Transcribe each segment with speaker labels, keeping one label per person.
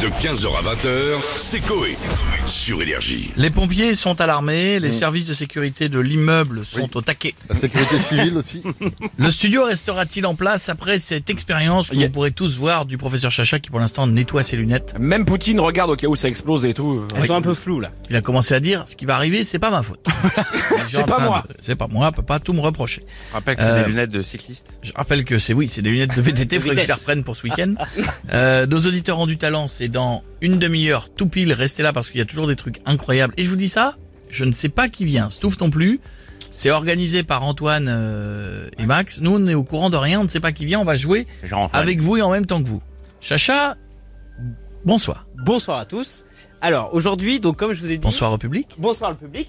Speaker 1: De 15h à 20h, c'est Coé. Sur Énergie.
Speaker 2: Les pompiers sont alarmés, les services de sécurité de l'immeuble sont au taquet.
Speaker 3: La sécurité civile aussi.
Speaker 2: Le studio restera-t-il en place après cette expérience que
Speaker 4: Yeah.
Speaker 2: vous pourrez tous voir du professeur Chacha qui pour l'instant nettoie ses lunettes
Speaker 4: Même Poutine regarde au cas où ça explose et tout.
Speaker 5: Elles sont un peu floues là.
Speaker 2: Il a commencé à dire, ce qui va arriver, c'est pas ma faute.
Speaker 4: C'est pas moi.
Speaker 2: C'est pas moi, peut pas tout me reprocher.
Speaker 6: Je rappelle que c'est
Speaker 2: Euh,
Speaker 6: des lunettes de cycliste.
Speaker 2: Je rappelle que c'est oui, c'est des lunettes de VTT, faudrait que je les
Speaker 5: vitesse.
Speaker 2: reprenne pour ce week-end. Euh, nos auditeurs ont du talent, c'est dans une demi-heure, tout pile, restez là parce qu'il y a toujours des trucs incroyables. Et je vous dis ça, je ne sais pas qui vient, Stouff non plus. C'est organisé par Antoine euh, et Max. Nous, on est au courant de rien, on ne sait pas qui vient, on va jouer
Speaker 6: Genre,
Speaker 4: Ah
Speaker 2: avec vous et en même temps que vous. Chacha, bonsoir.
Speaker 5: Bonsoir à tous. Alors aujourd'hui, donc comme je vous ai dit,
Speaker 2: Bonsoir au public.
Speaker 5: bonsoir le public.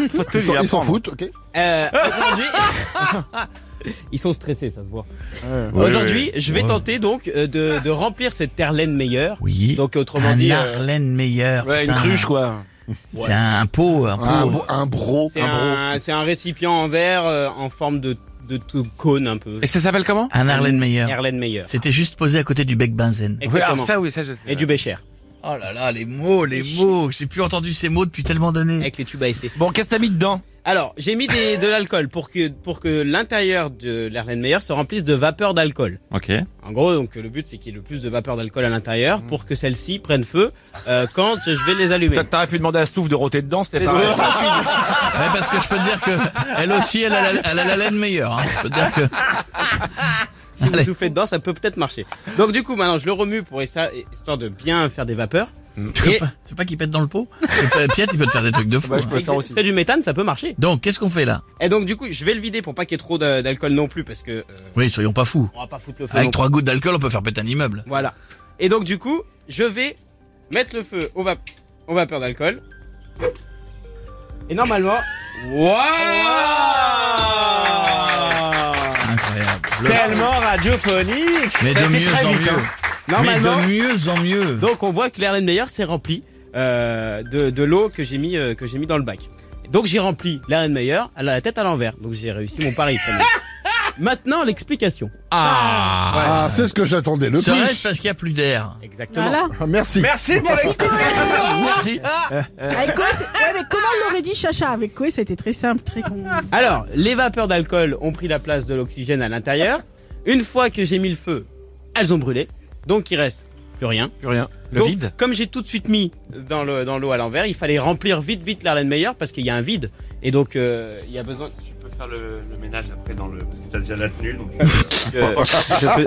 Speaker 3: Ils s'en- ils s'en foutent, ok
Speaker 5: Euh, aujourd'hui, ils sont stressés, ça se voit. aujourd'hui, je vais
Speaker 2: Ouais.
Speaker 5: tenter donc euh, de, de remplir cette terre laine meilleure.
Speaker 2: Oui.
Speaker 5: Donc autrement
Speaker 2: un
Speaker 5: dit, euh,
Speaker 2: Arlène meilleur.
Speaker 4: Ouais, une cruche quoi.
Speaker 2: C'est un pot, un pot.
Speaker 3: un, bro- un bro.
Speaker 5: c'est un, c'est un récipient en verre euh, en forme de, de tout cône un peu.
Speaker 6: Et ça s'appelle comment
Speaker 2: Un Arlène meilleur.
Speaker 5: Terre laine meilleure.
Speaker 2: C'était juste posé à côté du bec benzen.
Speaker 6: Ouais, alors
Speaker 5: Exactement.
Speaker 6: ça, oui, ça, je sais.
Speaker 5: Et du bécher
Speaker 2: Oh là là, les mots, les mots. J'ai plus entendu ces mots depuis tellement d'années.
Speaker 5: avec les tubes à essai.
Speaker 4: Bon, qu'est-ce que t'as mis dedans
Speaker 5: Alors, j'ai mis des- de l'alcool pour que, pour que l'intérieur de l'air laine meilleure se remplisse de vapeur d'alcool.
Speaker 6: Ok.
Speaker 5: En gros, donc le but c'est qu'il y ait le plus de vapeur d'alcool à
Speaker 2: Mmh.
Speaker 5: l'intérieur pour que celles-ci prennent feu euh, quand je vais les allumer.
Speaker 4: Peut-être que T'aurais pu demander à Stouff de rôter dedans, c'était pas mal.
Speaker 2: Ouais, parce que je peux te dire que elle aussi, elle a la, elle a la laine meilleure. hein. Je peux te dire que
Speaker 5: Si vous
Speaker 2: Allez.
Speaker 5: soufflez dedans, ça peut peut-être marcher. Donc du coup, maintenant, je le remue pour essa- histoire de bien faire des vapeurs.
Speaker 2: tu veux
Speaker 5: Et-
Speaker 2: pas, tu veux pas qu'il pète dans le pot. Tu peux- Piette, il peut te faire des trucs de fou.
Speaker 4: Ouais, je
Speaker 2: hein.
Speaker 4: peux le faire aussi.
Speaker 5: C'est du méthane, ça peut marcher.
Speaker 2: Donc, qu'est-ce qu'on fait là
Speaker 5: Et donc du coup, je vais le vider pour pas qu'il y ait trop d'a- d'alcool non plus parce que euh,
Speaker 2: Oui, soyons pas fous.
Speaker 5: on va pas foutre le feu. non
Speaker 2: Avec
Speaker 5: plus.
Speaker 2: trois gouttes d'alcool, on peut faire péter un immeuble.
Speaker 5: Voilà. Et donc du coup, je vais mettre le feu au, vap- au vapeur d'alcool. Et normalement... Waouh
Speaker 2: Incroyable. Le-
Speaker 5: Tellement radiophonique
Speaker 2: Mais de
Speaker 5: Ça a été
Speaker 2: mieux
Speaker 5: très
Speaker 2: en
Speaker 5: vite,
Speaker 2: mieux.
Speaker 5: hein. Normalement,
Speaker 2: Mais de mieux en mieux.
Speaker 5: donc on voit que l'air meilleur s'est rempli euh, de, de l'eau que j'ai mis euh, que j'ai mis dans le bac. Donc j'ai rempli l'air meilleur à la tête à l'envers. Donc j'ai réussi mon pari. quand même. Maintenant l'explication.
Speaker 2: Ah.
Speaker 3: Ah, c'est ce que j'attendais le
Speaker 2: Serait-ce
Speaker 3: plus.
Speaker 2: parce qu'il y a plus d'air
Speaker 5: Exactement.
Speaker 7: Voilà.
Speaker 3: Ah, Merci.
Speaker 6: Merci pour
Speaker 2: Merci.
Speaker 7: Avec Koé, c'est- ouais, mais comment on l'aurait dit Chacha Avec Koé, ça a été très simple, très con.
Speaker 5: Alors, les vapeurs d'alcool ont pris la place de l'oxygène à l'intérieur. Une fois que j'ai mis le feu, elles ont brûlé. Donc il reste plus rien.
Speaker 4: Plus rien. Le
Speaker 5: Donc,
Speaker 4: vide
Speaker 5: Comme j'ai tout de suite mis dans le dans l'eau à l'envers, il fallait remplir vite vite l'Arlène Meilleur parce qu'il y a un vide. Et donc euh, il y a besoin.
Speaker 6: Tu peux faire le, le ménage après dans le. Parce que t'as déjà la tenue, donc.
Speaker 5: Je, euh, je fais-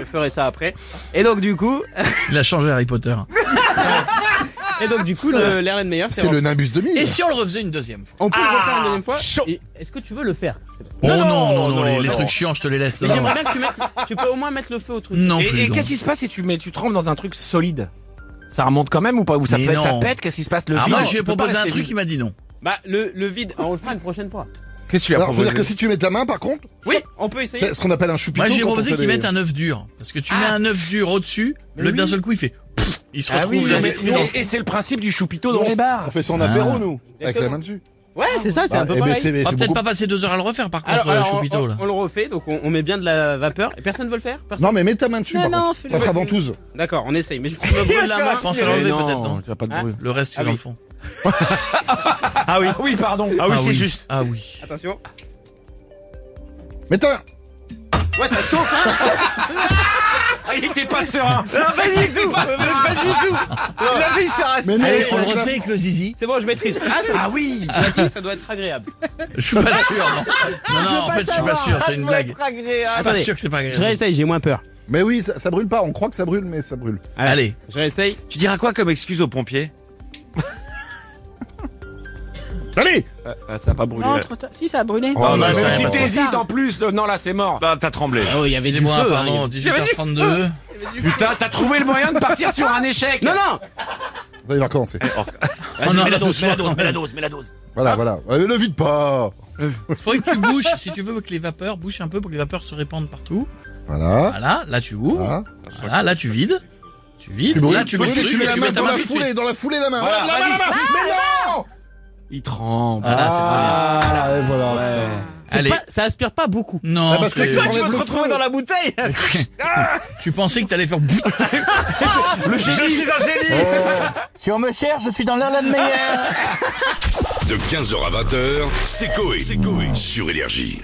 Speaker 5: je ferai ça après. Et donc du coup,
Speaker 2: Il a changé Harry Potter.
Speaker 5: et donc du coup, le- l'Arlène Meilleur, c'est
Speaker 3: C'est le Ah Nimbus 2000.
Speaker 2: Et si on le refaisait une deuxième fois
Speaker 5: On peut le refaire une deuxième fois. Et Est-ce que tu veux le faire Sébastien
Speaker 2: Oh non, non, non,
Speaker 4: non,
Speaker 2: les, les
Speaker 4: non.
Speaker 2: trucs chiants, je te les laisse.
Speaker 5: Mais
Speaker 2: non,
Speaker 5: j'aimerais bien que tu mettes. Tu peux au moins mettre le feu au truc.
Speaker 2: non plus.
Speaker 4: Et, et
Speaker 2: non.
Speaker 4: qu'est-ce qui se passe si tu mets, tu trempes dans un truc solide Ça remonte quand même ou pas Ou ça,
Speaker 2: Mais
Speaker 4: pète, ça
Speaker 2: non.
Speaker 4: pète Qu'est-ce qui se passe Le
Speaker 2: Alors
Speaker 4: vide
Speaker 2: Ah, moi, je lui ai
Speaker 4: tu peux pas
Speaker 2: proposé un
Speaker 4: rester
Speaker 2: truc, il
Speaker 4: vide.
Speaker 2: m'a dit non.
Speaker 5: Bah le le vide, on le fera une prochaine fois.
Speaker 6: Qu'est-ce que tu as
Speaker 3: Alors,
Speaker 6: proposé
Speaker 3: c'est-à-dire que si tu mets ta main, par contre,
Speaker 5: Oui, on peut essayer.
Speaker 3: c'est ce qu'on appelle un chupito.
Speaker 2: Moi, j'ai
Speaker 3: quand on
Speaker 2: proposé
Speaker 3: fait
Speaker 2: qu'ils
Speaker 3: des-
Speaker 2: mettent un œuf dur. Parce que tu mets un œuf dur au-dessus,
Speaker 4: Mais
Speaker 2: le
Speaker 4: oui.
Speaker 2: d'un seul coup, il fait. pfff, Il se
Speaker 4: Ah
Speaker 2: retrouve
Speaker 4: oui,
Speaker 2: dans
Speaker 4: mais-
Speaker 2: ses trucs dans le
Speaker 4: et c'est le principe du choupito dans
Speaker 3: Non,
Speaker 4: les bars.
Speaker 3: On fait son apéro,
Speaker 2: Ah.
Speaker 3: nous. Avec
Speaker 5: Exactement.
Speaker 3: la main dessus.
Speaker 5: Ouais, c'est ça, c'est
Speaker 3: Bah,
Speaker 5: un peu
Speaker 3: eh ben,
Speaker 5: pareil.
Speaker 3: c'est-
Speaker 2: On
Speaker 3: c'est
Speaker 2: va peut-être
Speaker 3: beaucoup-
Speaker 2: pas passer deux heures à le refaire, par contre,
Speaker 5: Alors,
Speaker 2: le
Speaker 5: alors,
Speaker 2: Choupito,
Speaker 5: on,
Speaker 2: là.
Speaker 5: on le refait, donc on, on met bien de la vapeur. Et personne veut le faire Personne
Speaker 3: Non, mais mets ta main dessus,
Speaker 7: Non,
Speaker 3: par
Speaker 7: non,
Speaker 3: contre.
Speaker 7: fais-le.
Speaker 3: Ça fera ventouse.
Speaker 5: D'accord, on essaye. Mais je me brûle la main.
Speaker 2: Je pense à l'enlever,
Speaker 4: Mais
Speaker 2: peut-être,
Speaker 4: non,
Speaker 2: non.
Speaker 4: Tu vas pas de
Speaker 5: Hein
Speaker 4: bruit.
Speaker 2: Le reste, tu
Speaker 5: Ah
Speaker 2: dans le
Speaker 5: oui.
Speaker 2: fond.
Speaker 4: Ah oui. oui, pardon.
Speaker 2: Ah
Speaker 6: c'est juste.
Speaker 2: Ah oui.
Speaker 5: Attention.
Speaker 3: Mets ta main.
Speaker 5: Ouais, ça chauffe, hein
Speaker 4: Ah, il était pas serein.
Speaker 6: Ah, Il a failli se faire
Speaker 3: Mais non,
Speaker 2: Allez,
Speaker 3: faut
Speaker 2: on le
Speaker 3: que la-
Speaker 2: refait avec le zizi.
Speaker 5: C'est bon, je maîtrise. Ah, ça,
Speaker 6: Ah oui
Speaker 5: ça doit être agréable.
Speaker 2: Je suis pas sûr, non. Non, non, en
Speaker 7: pas
Speaker 2: fait, je suis pas
Speaker 7: savoir.
Speaker 2: sûr, c'est une blague. Je suis pas
Speaker 5: Attendez,
Speaker 2: sûr que c'est pas
Speaker 5: je
Speaker 2: grave.
Speaker 5: réessaye, j'ai moins peur.
Speaker 3: Mais oui, ça, ça brûle pas. On croit que ça brûle, mais ça brûle.
Speaker 2: Allez.
Speaker 5: Je réessaye.
Speaker 6: Tu diras quoi comme excuse aux pompiers
Speaker 3: Allez
Speaker 4: ça a pas brûlé.
Speaker 7: Non, trop tard. Si, ça a brûlé.
Speaker 3: Oh, non,
Speaker 4: même
Speaker 3: ça,
Speaker 4: si
Speaker 3: ça,
Speaker 4: t'hésites
Speaker 7: ça.
Speaker 4: en plus, le- non là c'est mort.
Speaker 6: Bah, t'as tremblé.
Speaker 5: Oh, il y avait du
Speaker 2: Excusez-moi,
Speaker 5: feu. hein, il y
Speaker 2: pardon,
Speaker 5: avait-
Speaker 2: 18h32.
Speaker 4: Putain, t'as trouvé le moyen de partir sur un échec.
Speaker 5: Non, non
Speaker 3: Il va recommencer.
Speaker 2: Oh non,
Speaker 4: mets la
Speaker 2: là,
Speaker 4: dose, mets la
Speaker 2: doucement.
Speaker 4: dose, mets la dose, mets la dose.
Speaker 3: Voilà, voilà. Euh, Le vide pas.
Speaker 2: Faut que tu bouches, si tu veux que les vapeurs bouchent un peu pour que les vapeurs se répandent partout.
Speaker 3: Voilà.
Speaker 2: Voilà, là tu ouvres.
Speaker 3: Voilà.
Speaker 2: Voilà, là tu vides. Tu vides.
Speaker 3: Ah. Tu brûles,
Speaker 2: là tu,
Speaker 3: brûles,
Speaker 2: mets le
Speaker 3: tu
Speaker 2: truc
Speaker 3: mets
Speaker 2: et
Speaker 3: la
Speaker 2: tu
Speaker 3: main
Speaker 2: mets ta
Speaker 3: dans
Speaker 2: main
Speaker 3: la
Speaker 2: dessus.
Speaker 3: foulée, dans la foulée, la main.
Speaker 4: Voilà,
Speaker 3: Voilà.
Speaker 4: vas-y. Il tremble.
Speaker 2: Voilà, c'est très bien.
Speaker 3: Ah, et voilà.
Speaker 4: Ouais.
Speaker 5: C'est
Speaker 2: Allez.
Speaker 5: pas- ça aspire pas beaucoup.
Speaker 2: Non,
Speaker 3: Ah, parce que
Speaker 2: c'est-
Speaker 3: tu enlèves le feu.
Speaker 5: la bouteille
Speaker 2: tu pensais que t'allais faire. bouf
Speaker 4: Ah,
Speaker 6: Je suis un génie
Speaker 2: Si on me cherche, je suis dans l'air de meilleur.
Speaker 1: De 15h à 20h, c'est Coé sur Énergie.